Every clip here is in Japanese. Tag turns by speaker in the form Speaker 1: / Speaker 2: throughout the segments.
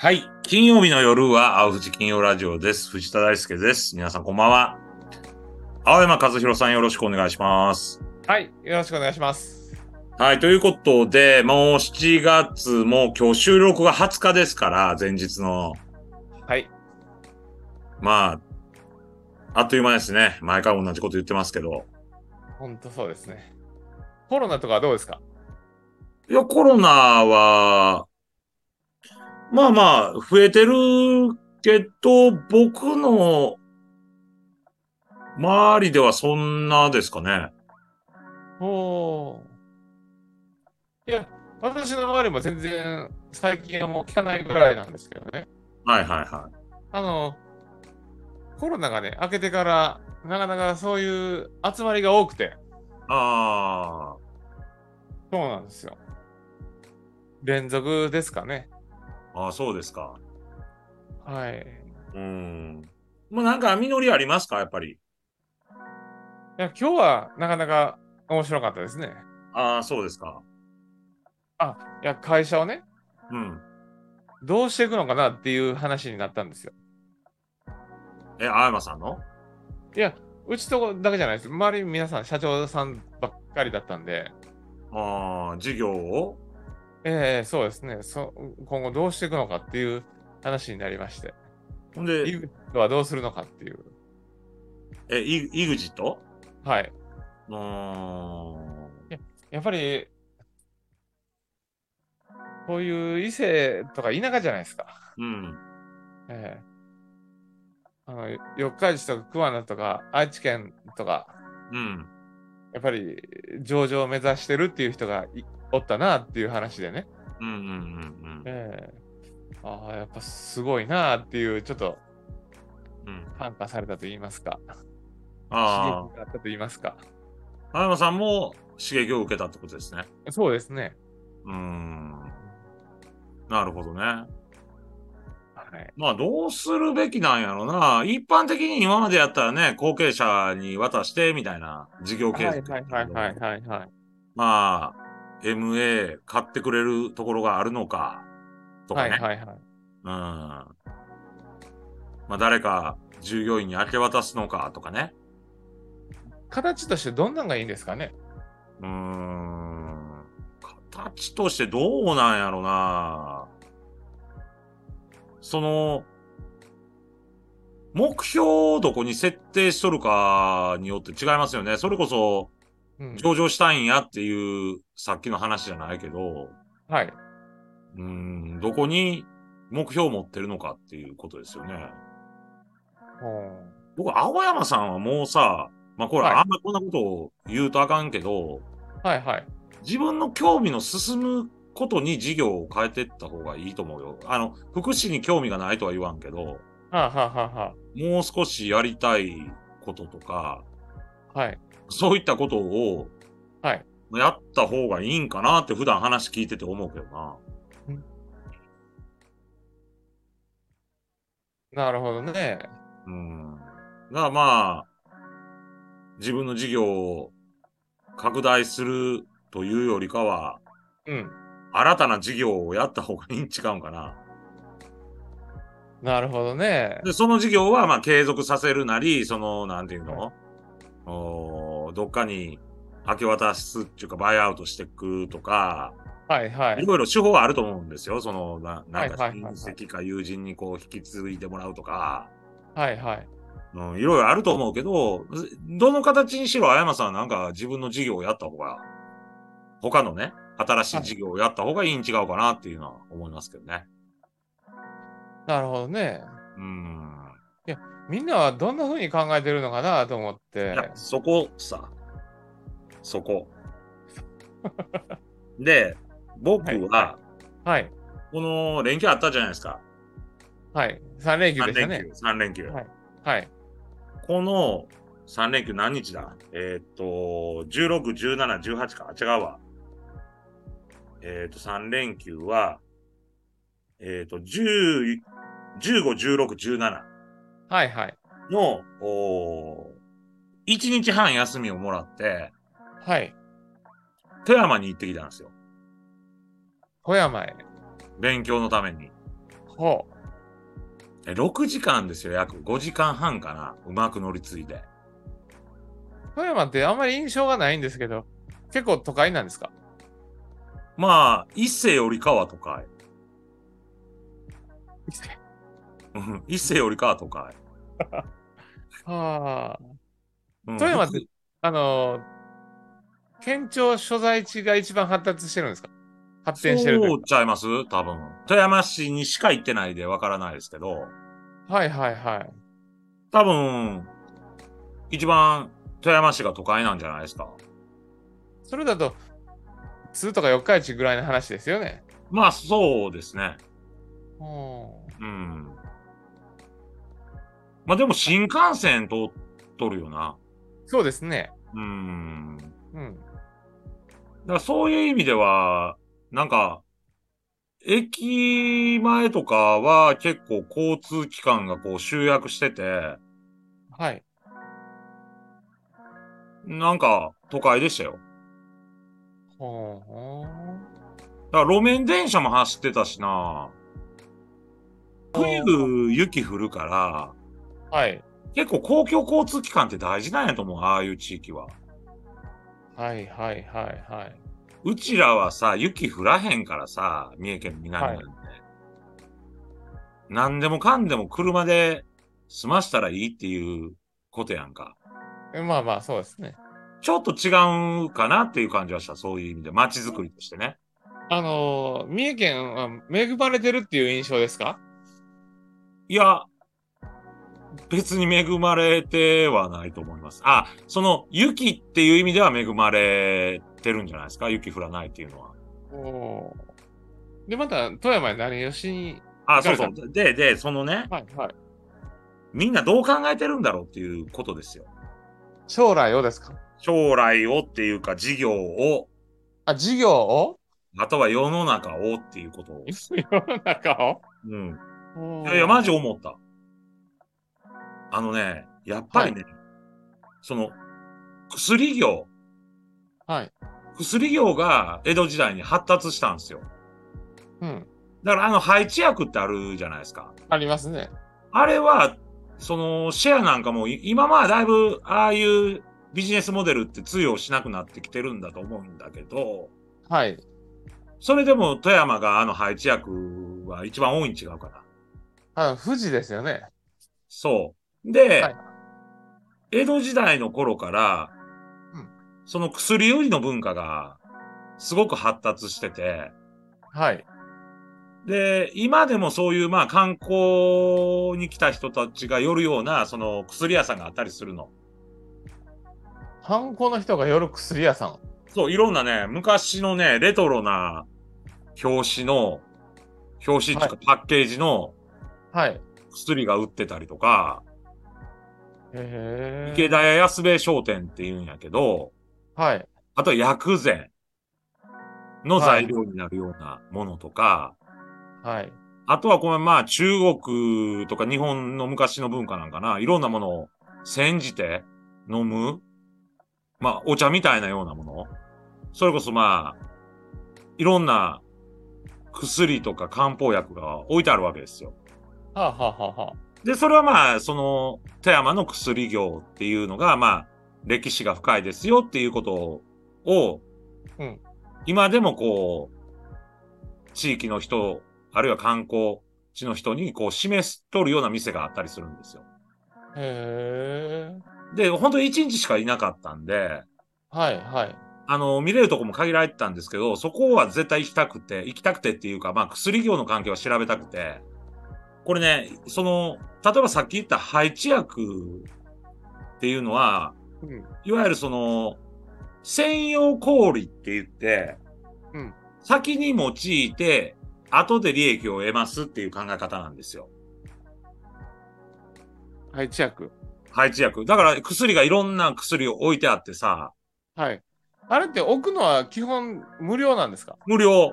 Speaker 1: はい。金曜日の夜は、青藤金曜ラジオです。藤田大輔です。皆さん、こんばんは。青山和弘さん、よろしくお願いします。
Speaker 2: はい、よろしくお願いします。
Speaker 1: はい。ということで、もう7月も今日収録が20日ですから、前日の。
Speaker 2: はい、
Speaker 1: まあ、あっという間ですね。毎回同じこと言ってますけど。
Speaker 2: ほんとそうですね。コロナとかはどうですか
Speaker 1: いや、コロナは、まあまあ、増えてるけど、僕の周りではそんなですかね。
Speaker 2: おー。いや、私の周りも全然最近はもう聞かないぐらいなんですけどね。
Speaker 1: はいはいは
Speaker 2: あの、コロナがね、明けてから、なかなかそういう集まりが多くて、
Speaker 1: い。あ
Speaker 2: そうなんですよ。連続ですかね。
Speaker 1: あ、ああそうですか。
Speaker 2: はい。
Speaker 1: うん。もうなんか実りありますかやっぱり。
Speaker 2: いや、今日はなかなか面白かったですね。
Speaker 1: ああ、そうですか。
Speaker 2: あ、いや、会社をね、
Speaker 1: うん。
Speaker 2: どうしていくのかなっていう話になったんですよ。
Speaker 1: え、青山さんの
Speaker 2: うちとこだけじゃないです。周り皆さん社長さんばっかりだったんで、
Speaker 1: ああ、事業を
Speaker 2: ええそうですねそ。今後どうしていくのかっていう話になりまして、
Speaker 1: ほん
Speaker 2: イ
Speaker 1: で、
Speaker 2: グはどうするのかっていう。
Speaker 1: え、イイグジット
Speaker 2: はい。
Speaker 1: うーん。
Speaker 2: やっぱり、こういう異性とか田舎じゃないですか。
Speaker 1: うん。
Speaker 2: ええあの四日市とか桑名とか愛知県とか、
Speaker 1: うん。
Speaker 2: やっぱり上場を目指してるっていう人がいおったなっていう話でね。
Speaker 1: うんうんうんうん。
Speaker 2: ええああ、やっぱすごいなあっていう、ちょっと
Speaker 1: うん、
Speaker 2: 感化されたと言いますか、
Speaker 1: あ
Speaker 2: 刺激があったと言いますか。
Speaker 1: あ、青山さんも刺激を受けたってことですね。
Speaker 2: そうですね。
Speaker 1: うーん。なるほどね。
Speaker 2: はい。
Speaker 1: まあ、どうするべきなんやろな。一般的に今までやったらね、後継者に渡してみたいな事業
Speaker 2: は
Speaker 1: 継
Speaker 2: い
Speaker 1: 続
Speaker 2: は。いはいはいはいはい。
Speaker 1: まあ、MA 買ってくれるところがあるのか、とか
Speaker 2: はい
Speaker 1: ね。
Speaker 2: はいはい。
Speaker 1: うん。まあ、誰か従業員に明け渡すのか、とかね。
Speaker 2: 形としてどんなのがいいんですかね
Speaker 1: うーん。形としてどうなんやろな。その、目標をどこに設定しとるかによって違いますよね。それこそ
Speaker 2: うん。
Speaker 1: 上場したいんやっていうさっきの話じゃないけど、
Speaker 2: はい。
Speaker 1: うーん、どこに目標を持ってるのかっていうことですよね。
Speaker 2: ほ
Speaker 1: 僕、青山さんはもうさ、まあこれ
Speaker 2: はい
Speaker 1: あんまこんなことを言うとあかんけど、
Speaker 2: うはいはい。
Speaker 1: 自分の興味の進むことに事業を変えていった方がいいと思うよ。あの、福祉に興味がないとは言わんけど、
Speaker 2: はあ、はあはあは
Speaker 1: もう少しやりたいこととか、
Speaker 2: あ、はい。
Speaker 1: そういったことを、
Speaker 2: はい。
Speaker 1: やった方がいいんかなって普段話聞いてて思うけどな。
Speaker 2: なるほどね。
Speaker 1: うん。だからまあ、自分の事業を拡大するというよりかは、
Speaker 2: うん。
Speaker 1: 新たな事業をやった方がいいん違うんかな。
Speaker 2: なるほどね。
Speaker 1: で、その事業は、まあ、継続させるなり、その、なんていうの、おーどっかに明け渡すっていうか、バイアウトしていくとか、
Speaker 2: はいはいい。
Speaker 1: ろいろ手法はあると思うんですよ。その、ななんか、
Speaker 2: はいはいはい
Speaker 1: 親
Speaker 2: はい
Speaker 1: 戚か友人にこう、引き継いでもらうとか、
Speaker 2: はいはい。
Speaker 1: うん、いろいろあると思うけど、どの形にしろ、あやまさんはなんか自分の事業をやった方が、他のね、新しい事業をやった方がいいん違うかなっていうのは思いますけどね。
Speaker 2: なるほどね。
Speaker 1: うん。
Speaker 2: みんなはどんな風に考えてるのかなと思っ
Speaker 1: い
Speaker 2: て。
Speaker 1: や、そこさ、そこ。 で、僕は、
Speaker 2: はい。
Speaker 1: この連休あったじゃないですか。
Speaker 2: はい。3連休
Speaker 1: 3
Speaker 2: でした
Speaker 1: 連
Speaker 2: ね。
Speaker 1: 休、三連休。
Speaker 2: はいはい。
Speaker 1: この3連休何日だえーっと、16、17、18か。違うわ。えーっと、3連休は、えーっと、10 15、16、17
Speaker 2: はいはい。
Speaker 1: の、おー1日半休みをもらって、
Speaker 2: はい。
Speaker 1: 富山に行ってきたんですよ。
Speaker 2: 富山へ。
Speaker 1: 勉強のために。
Speaker 2: ほう。
Speaker 1: え6時間ですよ、約5時間半かな。うまく乗り継いで。
Speaker 2: 富山ってあんまり印象がないんですけど、結構都会なんですか
Speaker 1: まあ、一世よりかは都会。うん一世よりかは都会。
Speaker 2: はあ。
Speaker 1: うん
Speaker 2: 富山ってあのー、県庁所在地が一番発達してるんですか発展してるとい
Speaker 1: そううちゃいます多分。富山市にしか行ってないでわからないですけど、
Speaker 2: かはいはいはい。
Speaker 1: 多分、一番富山市が都会なんじゃないですか。
Speaker 2: それだと、2とか四日市ぐらいの話ですよね。
Speaker 1: まあ、そうですね。
Speaker 2: う
Speaker 1: う
Speaker 2: ん。
Speaker 1: ん。まあでも新幹線通っとるよな。
Speaker 2: そうですね。
Speaker 1: うん。
Speaker 2: うん。
Speaker 1: だからそういう意味では、なんか、駅前とかは結構交通機関がこう集約してて、
Speaker 2: はい。
Speaker 1: なんか都会でしたよ。
Speaker 2: ほうほう
Speaker 1: だから路面電車も走ってたしな。冬、雪降るから、
Speaker 2: はい。
Speaker 1: 結構公共交通機関って大事なんやと思う、ああいう地域は。
Speaker 2: はいはいはいはい。
Speaker 1: うちらはさ、雪降らへんからさ、三重県南なんで。何でもかんでも車で済ましたらいいっていうことやんか。
Speaker 2: えまあまあ、そうですね。
Speaker 1: ちょっと違うかなっていう感じはした、そういう意味で。街づくりとしてね。
Speaker 2: あのー三重県は恵まれてるっていう印象ですか
Speaker 1: いや、別に恵まれてはないと思います。あ、その雪っていう意味では恵まれてるんじゃないですか雪降らないっていうのは。
Speaker 2: おーで、また富山に何をしに、
Speaker 1: あ、そうそう。で、で、そのね、
Speaker 2: はいはい。
Speaker 1: みんなどう考えてるんだろうっていうことですよ。
Speaker 2: 将来をですか
Speaker 1: 将来をっていうか事業を、
Speaker 2: あ、事業を
Speaker 1: または世の中をっていうことを。
Speaker 2: 世の中
Speaker 1: うん。
Speaker 2: を
Speaker 1: いやいや、マジ思った。あのね、やっぱりね、その、薬業、
Speaker 2: はい。
Speaker 1: 薬業が江戸時代に発達したんですよ。
Speaker 2: うん。
Speaker 1: だからあの配置薬ってあるじゃないですか。
Speaker 2: ありますね。
Speaker 1: あれは、そのシェアなんかもい今まあだいぶああいうビジネスモデルって通用しなくなってきてるんだと思うんだけど、
Speaker 2: はい。
Speaker 1: それでも富山があの配置薬は一番多いに違うかな。
Speaker 2: あの、富士ですよね。
Speaker 1: そう。で、
Speaker 2: はい
Speaker 1: 江戸時代の頃から、
Speaker 2: うん
Speaker 1: その薬売りの文化がすごく発達してて、
Speaker 2: はい。
Speaker 1: で、今でもそういうまあ観光に来た人たちが寄るようなその薬屋さんがあったりするの。
Speaker 2: 犯行の人が夜薬屋さん。
Speaker 1: そう、いろんなね、昔のね、レトロな表紙の、表紙っていうかパッケージの
Speaker 2: はい。
Speaker 1: 薬が売ってたりとか、
Speaker 2: へえ。
Speaker 1: 池田屋安兵衛商店っていうんやけど、
Speaker 2: はい。
Speaker 1: あとは薬膳の材料になるようなものとか、
Speaker 2: はい。
Speaker 1: あとはこれまあ中国とか日本の昔の文化なんかな、いろんなものを煎じて飲む、まあお茶みたいなようなもの。それこそまあ、いろんな薬とか漢方薬が置いてあるわけですよ。
Speaker 2: はあ、はあはあは
Speaker 1: で、それはまあ、その、富山の薬業っていうのが、まあ、歴史が深いですよっていうことを、
Speaker 2: うん
Speaker 1: 今でもこう、地域の人、あるいは観光地の人にこう示しとるような店があったりするんですよ。
Speaker 2: あ。へえ。
Speaker 1: で、本当に1日しかいなかったんで、
Speaker 2: はいはい。
Speaker 1: あの、見れるとこも限られてたんですけど、そこは絶対行きたくて、行きたくてっていうか、まあ、薬業の関係は調べたくて、これね、その、例えばさっき言った配置薬っていうのは、
Speaker 2: うん。
Speaker 1: いわゆるその、専用氷って言って、
Speaker 2: うん
Speaker 1: 先に用いて、後で利益を得ますっていう考え方なんですよ。
Speaker 2: はい、千秋。
Speaker 1: 配置薬。だから薬がいろんな薬を置いてあってさ、
Speaker 2: はい。あれって置くのは基本無料なんですか
Speaker 1: 無料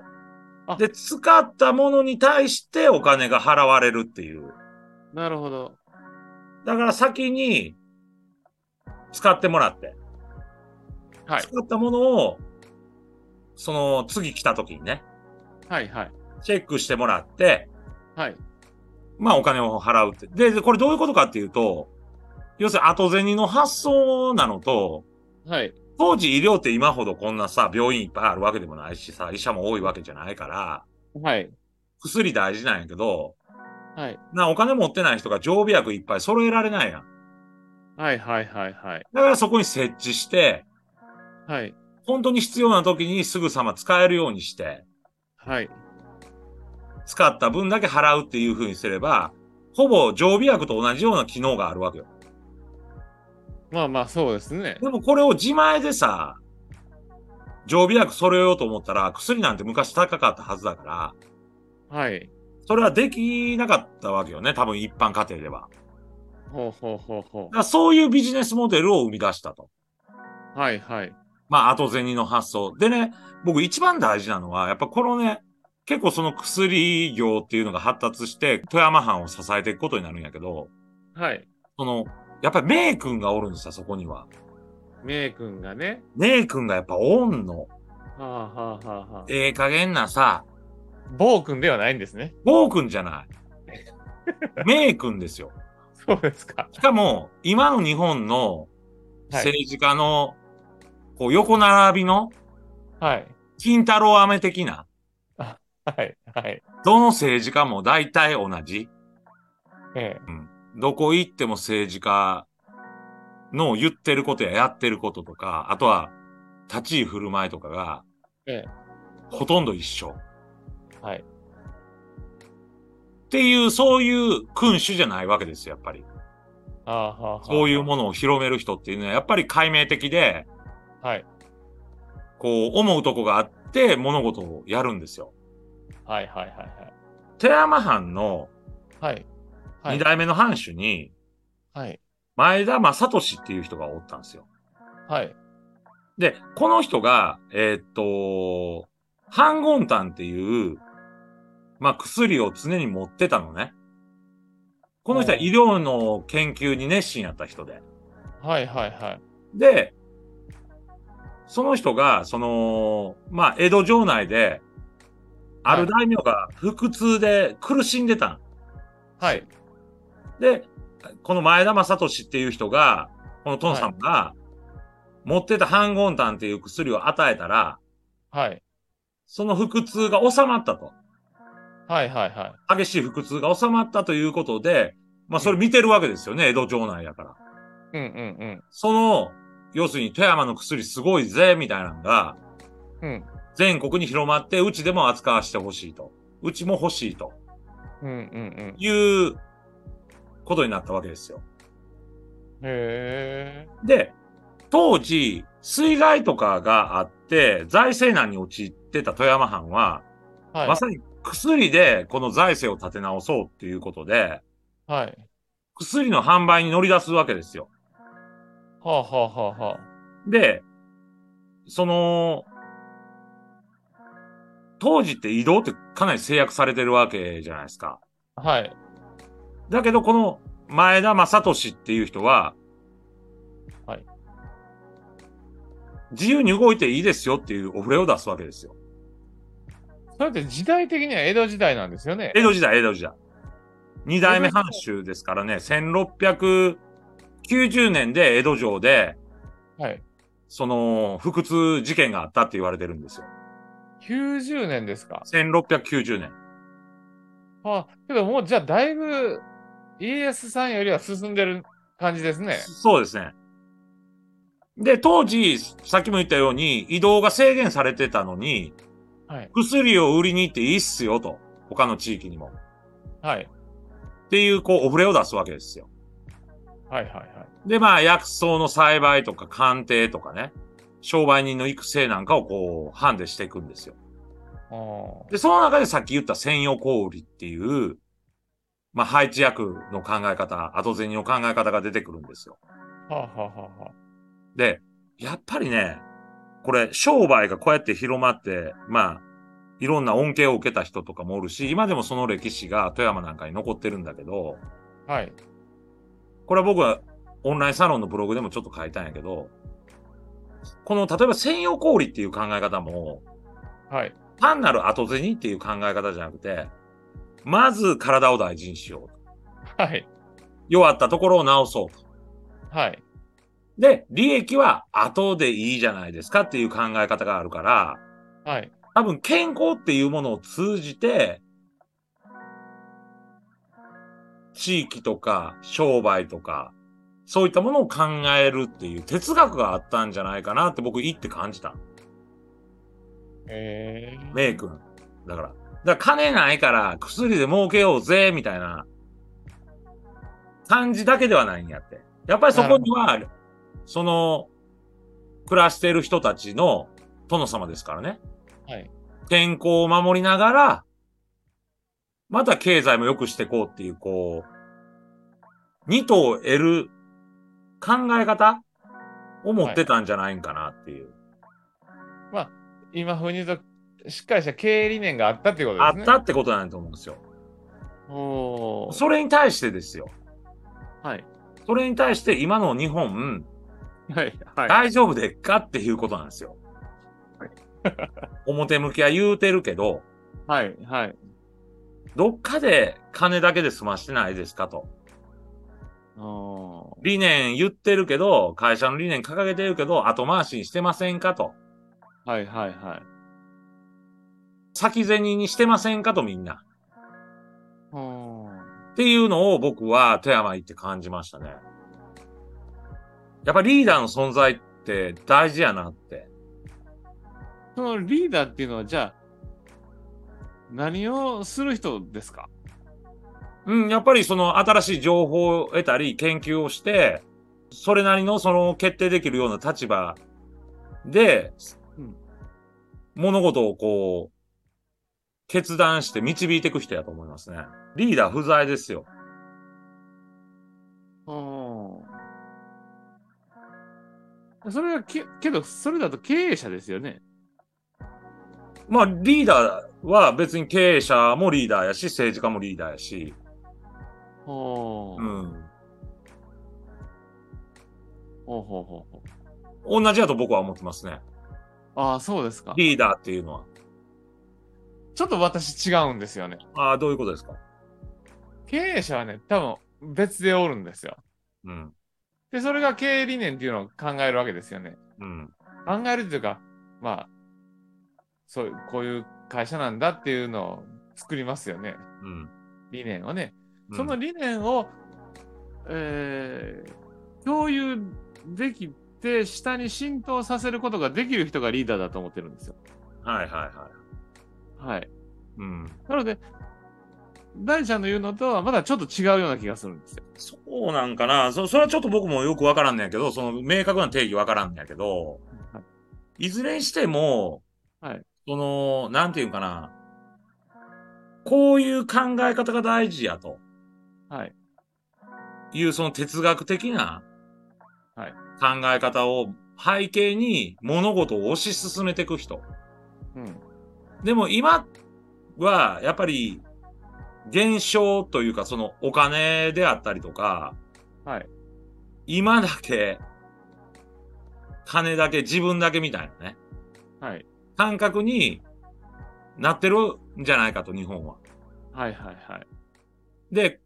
Speaker 2: あ。
Speaker 1: で、使ったものに対してお金が払われるっていう。
Speaker 2: なるほど。
Speaker 1: だから先に、使ってもらって。
Speaker 2: はい
Speaker 1: 使ったものを、その次来た時にね、
Speaker 2: はいはい。
Speaker 1: チェックしてもらって、
Speaker 2: はい。
Speaker 1: まあお金を払うって。で、でこれどういうことかっていうと、要するに後銭の発想なのと、
Speaker 2: はい。
Speaker 1: 当時医療って今ほどこんなさ、病院いっぱいあるわけでもないしさ、医者も多いわけじゃないから、
Speaker 2: はい。
Speaker 1: 薬大事なんやけど、
Speaker 2: はい。
Speaker 1: な、お金持ってない人が常備薬いっぱい揃えられないやん。
Speaker 2: はいはいはいはい。
Speaker 1: だからそこに設置して、
Speaker 2: はい。
Speaker 1: 本当に必要な時にすぐさま使えるようにして、
Speaker 2: はい。
Speaker 1: 使った分だけ払うっていう風にすれば、ほぼ常備薬と同じような機能があるわけよ。
Speaker 2: まあまあ、そうですね。
Speaker 1: でもこれを自前でさ、常備薬揃えようと思ったら、薬なんて昔高かったはずだから、
Speaker 2: はい。
Speaker 1: それはできなかったわけよね。多分一般家庭では。
Speaker 2: ほうほうほうほ
Speaker 1: だからそういうビジネスモデルを生み出したと。
Speaker 2: う。はいはい。
Speaker 1: まあ、後銭の発想。でね、僕一番大事なのは、やっぱこのね、結構その薬業っていうのが発達して、富山藩を支えていくことになるんやけど、
Speaker 2: はい。
Speaker 1: その、やっぱり名君がおるんですよ、そこには。
Speaker 2: メイ君がね。
Speaker 1: 名君がやっぱおんの。
Speaker 2: はあはあはあはあ。
Speaker 1: ええ加減なさ、
Speaker 2: ボウ君ではないんですね。
Speaker 1: ゴー君じゃない。名君ですよ。
Speaker 2: そうですか。
Speaker 1: しかも、今の日本の
Speaker 2: はい。
Speaker 1: 政治家の、こう、横並びの、
Speaker 2: はい。
Speaker 1: 金太郎飴的な、
Speaker 2: はい。はい。
Speaker 1: どの政治家も大体同じ。
Speaker 2: ええ。
Speaker 1: どこ行っても政治家の言ってることややってることとか、あとは立ち居振る舞いとかが
Speaker 2: ええ、
Speaker 1: ほとんど一緒。
Speaker 2: はい。
Speaker 1: っていう、そういう君主じゃないわけですよ、やっぱり。
Speaker 2: はあはあはあ。
Speaker 1: そういうも
Speaker 2: の。
Speaker 1: のを広める人っていうのは、やっぱり解明的で、
Speaker 2: はい。
Speaker 1: こう、思うとこがあって物事をやるんですよ。
Speaker 2: はいはいはい
Speaker 1: 寺山藩の
Speaker 2: はい。はい。
Speaker 1: 二代目の藩主に、
Speaker 2: はい。
Speaker 1: 前田正俊っていう人がおったんですよ。
Speaker 2: はい。
Speaker 1: で、この人が、えーっと、ハンゴンタンっていう、まあ、薬を常に持ってたのね。この人は
Speaker 2: うん
Speaker 1: 医療の研究に熱心やった人で。
Speaker 2: はいはいはい。
Speaker 1: で、その人が、その、まあ、江戸城内で、ある大名が腹痛で苦しんでたん。
Speaker 2: はい。
Speaker 1: で、この前田正俊っていう人が、このトンさんが、持ってたハンゴンタンっていう薬を与えたら、
Speaker 2: はい。
Speaker 1: その腹痛が収まったと。
Speaker 2: はいはいはい。
Speaker 1: 激しい腹痛が収まったということで、まあそれ見てるわけですよね、江戸城内やから。
Speaker 2: うんうん
Speaker 1: その、要するに富山の薬すごいぜ、みたいなのが、
Speaker 2: うん。うん。
Speaker 1: 全国に広まって、うちでも扱わしてほしいと。うちも欲しいと
Speaker 2: うんうん
Speaker 1: いうことになったわけですよ。
Speaker 2: うん。へえ。
Speaker 1: で、当時、水害とかがあって、財政難に陥ってた富山藩は、
Speaker 2: はい。
Speaker 1: まさに薬でこの財政を立て直そうっていうことで、
Speaker 2: はい。
Speaker 1: 薬の販売に乗り出すわけですよ。
Speaker 2: はあはあはあは
Speaker 1: で、その、当時って移動ってかなり制約されてるわけじゃないですか。
Speaker 2: あ。はい。
Speaker 1: だけど、この前田正俊っていう人は、
Speaker 2: はい。
Speaker 1: 自由に動いていいですよっていうお触れを出すわけですよ。
Speaker 2: それって時代的には江戸時代なんですよね。
Speaker 1: 江戸時代、江戸時代。二代目藩主ですからね、1690年で江戸城で、
Speaker 2: はい。
Speaker 1: その、腹痛事件があったって言われてるんですよ。
Speaker 2: 90年ですか。
Speaker 1: 1690年。
Speaker 2: はあ、けどもうじゃあだいぶ家康さんよりは進んでる感じですね。
Speaker 1: そうですね。で、当時、さっきも言ったように、移動が制限されてたのに、
Speaker 2: はい。
Speaker 1: 薬を売りに行っていいっすよと。他の地域にも。
Speaker 2: はい。
Speaker 1: っていう、こう、お触れを出すわけですよ。
Speaker 2: はいはいはい。
Speaker 1: で、まあ、薬草の栽培とか鑑定とかね、商売人の育成なんかをこう、ハンデしていくんですよ。
Speaker 2: あ
Speaker 1: で、その中でさっき言った専用小売りっていう、まあ、配置薬の考え方、後銭の考え方が出てくるんですよ。
Speaker 2: あ。はあはあはあは
Speaker 1: で、やっぱりね、これ、商売がこうやって広まって、まあ、いろんな恩恵を受けた人とかもおるし、今でもその歴史が富山なんかに残ってるんだけど、
Speaker 2: あ。はい。
Speaker 1: これは僕はオンラインサロンのブログでもちょっと書いたんやけど、この例えば専用小売っていう考え方も、
Speaker 2: はい。
Speaker 1: 単なる後銭っていう考え方じゃなくて、まず体を大事にしよう。
Speaker 2: はい。
Speaker 1: 弱ったところを直そうと。
Speaker 2: はい。
Speaker 1: で、利益は後でいいじゃないですかっていう考え方があるから、
Speaker 2: はい。
Speaker 1: 多分健康っていうものを通じて、地域とか商売とか、そういったものを考えるっていう哲学があったんじゃないかなって僕言って感じた。
Speaker 2: えー、
Speaker 1: メイ君。だから。だから金ないから薬で儲けようぜ、みたいな感じだけではないんやって。やっぱりそこには、その、暮らしている人たちの殿様ですからね。
Speaker 2: はい。
Speaker 1: 健康を守りながら、また経済も良くしていこうっていう、こう、二頭を得る考え方を持ってたんじゃないんかなっていう。
Speaker 2: 今風に言うと、しっかりした経営理念があったっていうことです
Speaker 1: あっ
Speaker 2: ね。
Speaker 1: たってことなんだと思うんですよ。
Speaker 2: たおー
Speaker 1: それに対してですよ。
Speaker 2: はい。
Speaker 1: それに対して今の日本、
Speaker 2: はい。はい。
Speaker 1: 大丈夫でっかっていうことなんですよ。表向きは言うてるけど、
Speaker 2: はい。はい。
Speaker 1: どっかで金だけで済ましてないですかと。
Speaker 2: お
Speaker 1: 理念言ってるけど、会社の理念掲げてるけど、後回しにしてませんかと。
Speaker 2: ーはい。はい。はい。
Speaker 1: 先銭にしてませんかとみんな。
Speaker 2: おー
Speaker 1: っていうのを僕は富山行って感じましたね。やっぱリーダーの存在って大事やなって。
Speaker 2: そのリーダーっていうのは、じゃあ、何をする人ですか
Speaker 1: うん、やっぱりその新しい情報を得たり研究をして、それなりのその決定できるような立場で、
Speaker 2: うん
Speaker 1: 物事をこう、決断して導いていく人やと思いますね。リーダー不在ですよ。
Speaker 2: おーそれはけ、けど、それだと経営者ですよね。
Speaker 1: まあリーダーは別に経営者もリーダーやし、政治家もリーダーやし、
Speaker 2: おー
Speaker 1: うん。
Speaker 2: ほうほうほうほう。
Speaker 1: 同じやと僕は思ってますね。
Speaker 2: ああ、そうですか。
Speaker 1: リーダーっていうのは。
Speaker 2: ちょっと私違うんですよね。
Speaker 1: ああ、どういうことですか
Speaker 2: 経営者はね、多分別でおるんですよ。
Speaker 1: うん。
Speaker 2: で、それが経営理念っていうのを考えるわけですよね。
Speaker 1: うん。
Speaker 2: 考えるというか、まあ、そういう、こういう会社なんだっていうのを作りますよね。
Speaker 1: うん。
Speaker 2: 理念をね。
Speaker 1: うん
Speaker 2: その理念を、えー共有できて、下に浸透させることができる人がリーダーだと思ってるんですよ。
Speaker 1: はいはいはい。
Speaker 2: はい。
Speaker 1: うん。
Speaker 2: なので、大ちゃんの言うのとはまだちょっと違うような気がするんですよ。
Speaker 1: そうなんかな。そ、それはちょっと僕もよくわからんねんやけど、その明確な定義わからんねんやけど、
Speaker 2: はい
Speaker 1: いずれにしても、
Speaker 2: はい
Speaker 1: その、なんていうんかな。こういう考え方が大事やと
Speaker 2: はい。
Speaker 1: いうその哲学的な
Speaker 2: はい
Speaker 1: 考え方を背景に物事を推し進めていく人。
Speaker 2: うん。
Speaker 1: でも今はやっぱり減少というかそのお金であったりとか、
Speaker 2: はい。
Speaker 1: 今だけ金だけ自分だけみたいなね、
Speaker 2: はい。
Speaker 1: 感覚になってるんじゃないかと日本は。
Speaker 2: はいはいはい。
Speaker 1: で、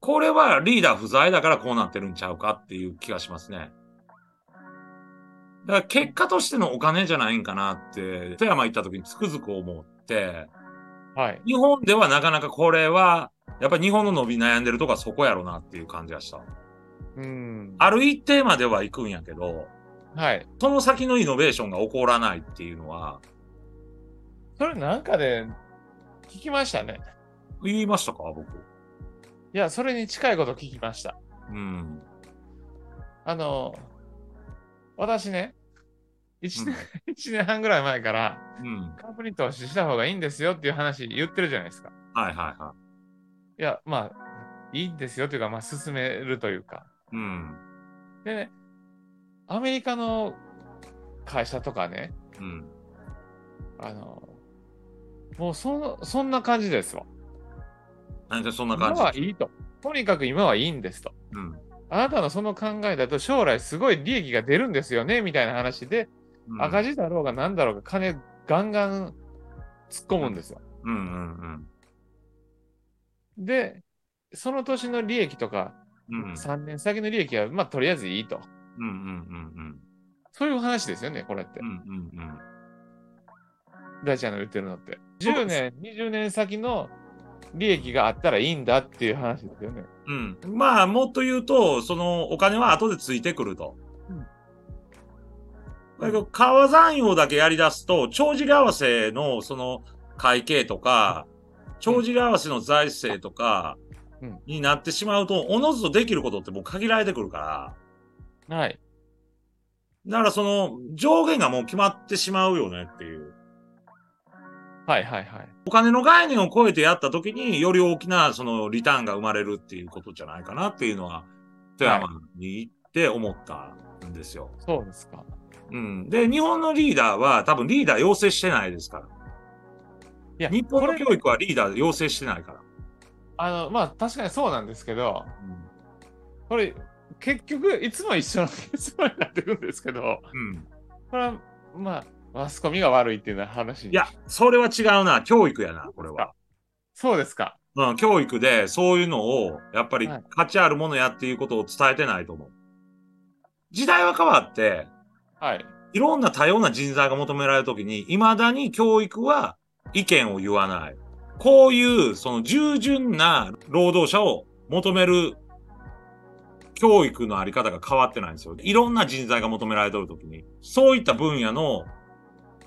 Speaker 1: これはリーダー不在だからこうなってるんちゃうかっていう気がしますね。だから結果としてのお金じゃないんかなって、富山行った時につくづく思って、
Speaker 2: はい。
Speaker 1: 日本ではなかなかこれは、やっぱり日本の伸び悩んでるとこはそこやろなっていう感じがした。
Speaker 2: うん。
Speaker 1: ある一定までは行くんやけど、
Speaker 2: はい。
Speaker 1: その先のイノベーションが起こらないっていうのは、
Speaker 2: それなんかで聞きましたね。
Speaker 1: 言いましたか僕。
Speaker 2: いや、それに近いこと聞きました。
Speaker 1: うん。
Speaker 2: あの、私ね、1年、 一年半ぐらい前から、
Speaker 1: うん。
Speaker 2: カンプに投資した方がいいんですよっていう話言ってるじゃないですか。
Speaker 1: はいはいはい
Speaker 2: や、まあ、いいんですよというか、まあ、進めるというか。
Speaker 1: い。うん。
Speaker 2: でね、アメリカの会社とかね、
Speaker 1: うん。
Speaker 2: あの、もうそのそんな感じですわ。
Speaker 1: なんでそんな
Speaker 2: 今
Speaker 1: 感じ
Speaker 2: はいいと。とにかく今はいいんですと。
Speaker 1: うん。
Speaker 2: あなたのその考えだと将来すごい利益が出るんですよね、みたいな話で、
Speaker 1: うん
Speaker 2: 赤字だろうが何だろうが金ガンガン突っ込むんですよ。
Speaker 1: うんうん
Speaker 2: で、その年の利益とか、
Speaker 1: うん。うん
Speaker 2: 3年先の利益は、まあとりあえずいいと。
Speaker 1: うんうん
Speaker 2: そういう話ですよね、これって
Speaker 1: うんうん。う。んうんうん。
Speaker 2: 大ちゃんの言ってるのって。
Speaker 1: そう
Speaker 2: 10年、20年先の利益があったらいいんだっていう話ですよね。
Speaker 1: うん、まあ、もっと言うと、そのお金は後でついてくると。
Speaker 2: うん
Speaker 1: だけど、川山用だけやり出すと、帳尻合わせのその会計とか、帳尻合わせの財政とか
Speaker 2: うん
Speaker 1: になってしまうと、おのずとできることってもう限られてくるから、
Speaker 2: はい。
Speaker 1: だからその上限がもう決まってしまうよねっていう。
Speaker 2: はいはいはい。
Speaker 1: お金の概念を超えてやった時により大きなそのリターンが生まれるっていうことじゃないかなっていうのは富山に行って思ったんですよ。
Speaker 2: そうですか。
Speaker 1: うん。で、日本のリーダーは多分リーダー要請してないですから。
Speaker 2: いや、
Speaker 1: 日本
Speaker 2: こ
Speaker 1: の
Speaker 2: れ
Speaker 1: 教育はリーダー要請してないから。
Speaker 2: あの、まあ確かにそうなんですけど、
Speaker 1: うん
Speaker 2: これ、結局、いつも一緒の結論になってくるんですけど、
Speaker 1: うん。
Speaker 2: これは、まあ、マスコミが悪いっていうのは話に。
Speaker 1: いや、それは違うな。教育やな、これは。
Speaker 2: そうですか。
Speaker 1: うん、教育でそういうのを、やっぱり
Speaker 2: はい
Speaker 1: 価値あるものやっていうことを伝えてないと思う。時代は変わって、
Speaker 2: はい。
Speaker 1: いろんな多様な人材が求められるときに、未だに教育は意見を言わない。こういう、その従順な労働者を求める教育のあり方が変わってないんですよ。いろんな人材が求められてるときに、そういった分野の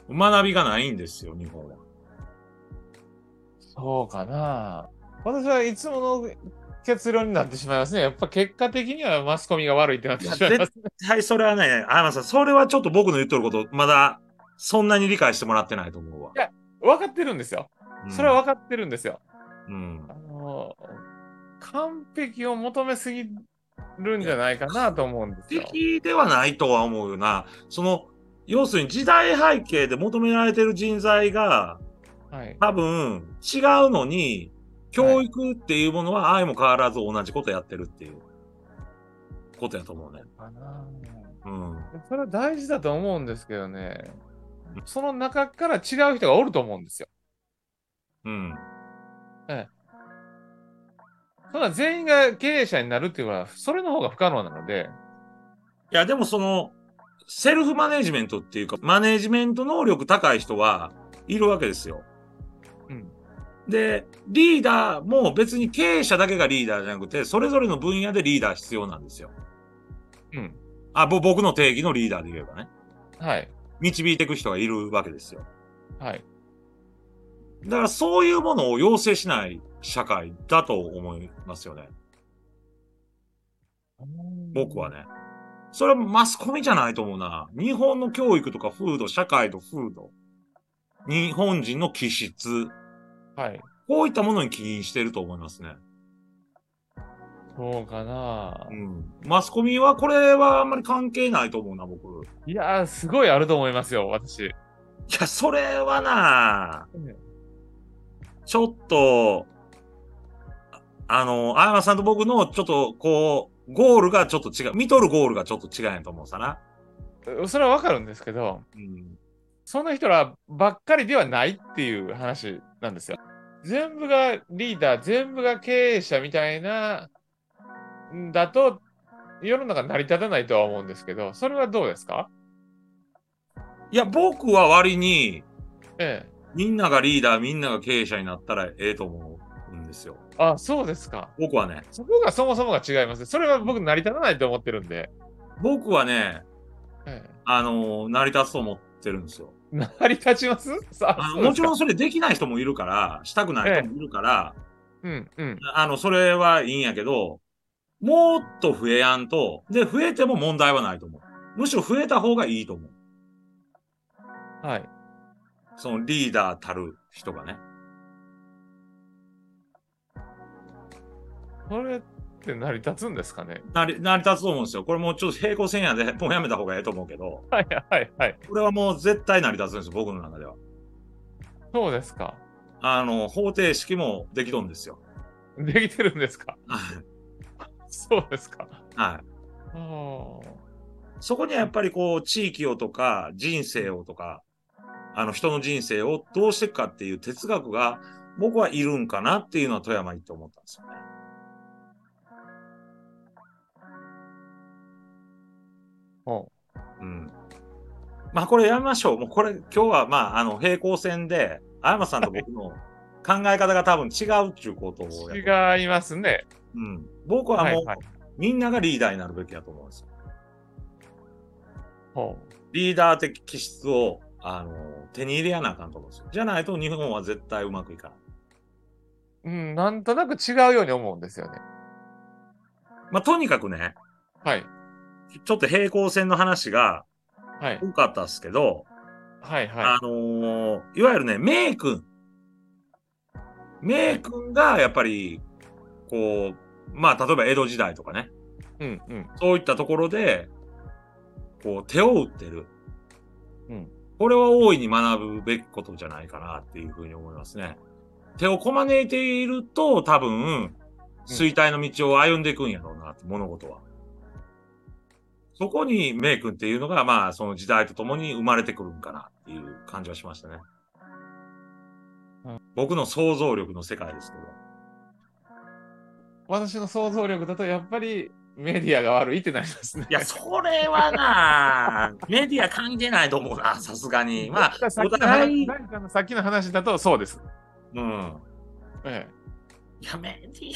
Speaker 1: 学びがないんですよ、日本は。
Speaker 2: そうかな。私はいつもの結論になってしまいますね。やっぱ結果的にはマスコミが悪いってなって
Speaker 1: い
Speaker 2: し
Speaker 1: や、
Speaker 2: まい
Speaker 1: 絶
Speaker 2: ます。
Speaker 1: 対それはね、あやまさん、それはちょっと僕の言っとること、まだそんなに理解してもらってないと思うわ。
Speaker 2: 分かってるんですよ。
Speaker 1: うん
Speaker 2: それは分かってるんですよ。
Speaker 1: うん
Speaker 2: あ。の完璧を求めすぎるんじゃないかなと思うんですよ。
Speaker 1: 敵ではないとは思うよな。その、要するに時代背景で求められてる人材が
Speaker 2: はい。
Speaker 1: 多分違うのに、教育っていうものは愛も変わらず同じことやってるっていうことやと思うね。
Speaker 2: かな
Speaker 1: うん。
Speaker 2: それは大事だと思うんですけどね。その中から違う人がおると思うんですよ。
Speaker 1: うん。
Speaker 2: そんな全員が経営者になるっていうのは、それの方が不可能なので、
Speaker 1: いや、でもその、セルフマネジメントっていうか、マネジメント能力高い人はいるわけですよ。
Speaker 2: うん。
Speaker 1: で、リーダーも別に経営者だけがリーダーじゃなくて、それぞれの分野でリーダー必要なんですよ。
Speaker 2: うん。
Speaker 1: あ、ぼ僕の定義のリーダーで言えばね。
Speaker 2: はい。
Speaker 1: 導いていく人がいるわけですよ。
Speaker 2: はい。
Speaker 1: だからそういうものを要請しない社会だと思いますよね。僕は。ね。それはマスコミじゃないと思うな。日本の教育とか風土、社会と風土、日本人の気質、
Speaker 2: はい。
Speaker 1: こういったものに起因してると思いますね。
Speaker 2: そうかな
Speaker 1: う。ん。マスコミはこれはあんまり関係ないと思うな、僕。い
Speaker 2: いやー、すごいあると思いますよ、私。
Speaker 1: や、それはな
Speaker 2: うん、
Speaker 1: ちょっと、ああの、あやまさんと僕のちょっとこう、ゴールがちょっと違う。見とるゴールがちょっと違うんやと思うさな。
Speaker 2: それはわかるんですけど、
Speaker 1: うん。
Speaker 2: その人らばっかりではないっていう話なんですよ。全部がリーダー、全部が経営者みたいな、んだと、世の中成り立たないとは思うんですけど、それはどうですか
Speaker 1: いや、僕は割に、
Speaker 2: ええ。
Speaker 1: みんながリーダー、みんなが経営者になったらええと思うんですよ。
Speaker 2: あ、そうですか。
Speaker 1: 僕はね、
Speaker 2: そこがそもそもが違います。それは僕成り立たないと思ってるんで。
Speaker 1: 僕はね、
Speaker 2: ええ
Speaker 1: あのー成り立つと思ってるんですよ。
Speaker 2: 成り立ちますさ
Speaker 1: あの
Speaker 2: そうですか
Speaker 1: もちろんそれできない人もいるから、したくない人もいるから、
Speaker 2: うんうん。
Speaker 1: あの、それはいいんやけど、もっと増えやんと、で、増えても問題はないと思う。むしろ増えた方がいいと思う。
Speaker 2: はい。
Speaker 1: そのリーダーたる人がね。
Speaker 2: それって成り立つんですかね
Speaker 1: なり、成り立つと思うんですよ。これもうちょっと平行線やで、もうやめた方がええと思うけど、
Speaker 2: はいはいはい。
Speaker 1: これはもう絶対成り立つんですよ、僕の中では。
Speaker 2: そうですか。
Speaker 1: あの、方程式もできとんですよ。
Speaker 2: できてるんですかそうですか。
Speaker 1: はい。
Speaker 2: あー
Speaker 1: そこにはやっぱりこう、地域をとか、人生をとか、あの、人の人生をどうしていくかっていう哲学が、僕はいるんかなっていうのは富山行って思ったんですよね。
Speaker 2: ほ
Speaker 1: うん。まあ、これやめましょう。もうこれ、今日はまあ、あの、平行線で、青山さんと僕の考え方が多分違うっていうことを
Speaker 2: う
Speaker 1: やっぱ、
Speaker 2: 違いますね。
Speaker 1: うん。僕は
Speaker 2: はい
Speaker 1: もう、
Speaker 2: はい。
Speaker 1: みんながリーダーになるべきだと思うんですよ。
Speaker 2: ほ
Speaker 1: リーダー的気質を、あの、手に入れやなあかんと思うんですよ。じゃないと日本は絶対うまくいかない。
Speaker 2: う。うん、なんとなく違うように思うんですよね。
Speaker 1: まあ、とにかくね、
Speaker 2: はい。
Speaker 1: ちょっと平行線の話が
Speaker 2: はい。
Speaker 1: 多かったですけど、
Speaker 2: はい。は
Speaker 1: あのーいわゆるね、メイ君。メイ君がやっぱり、こう、まあ、例えば江戸時代とかね、
Speaker 2: い。うん。うん。
Speaker 1: そういったところで、こう、手を打ってる。
Speaker 2: うん。
Speaker 1: これは大いに学ぶべきことじゃないかなっていうふうに思いますね。手をこまねいていると、多分、衰退の道を歩んでいくんやろうな、物事は。そこにメイ君っていうのが、まあ、その時代とともに生まれてくるんかなっていう感じはしましたね。
Speaker 2: うん
Speaker 1: 僕の想像力の世界ですけど。
Speaker 2: 私の想像力だと、やっぱりメディアが悪いってなりますね。
Speaker 1: いや、それは な、メディア関係ないと思うな、さすがに。まあ、
Speaker 2: さっ
Speaker 1: お
Speaker 2: きの話
Speaker 1: 互い、
Speaker 2: 何かのさっきの話だと、そうです。
Speaker 1: うん。
Speaker 2: え
Speaker 1: いや、メディ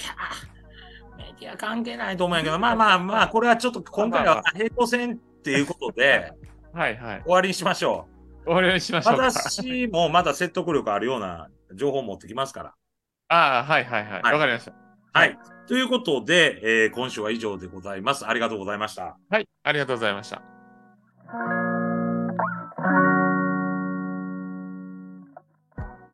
Speaker 1: ア、メディア関係ないと思うんやけど、まあまあまあ、これはちょっと今回は平行線っていうことで、
Speaker 2: え。はい。はい。
Speaker 1: 終わりにしましょ
Speaker 2: お願いしま
Speaker 1: う。
Speaker 2: しょうか。
Speaker 1: 私もまだ説得力あるような情報を持ってきますから。
Speaker 2: ああ、はい。はい。はい。
Speaker 1: はい
Speaker 2: わかりました。
Speaker 1: はい。ということで、えー今週は以上でございます。ありがとうございました。
Speaker 2: はい。ありがとうございました。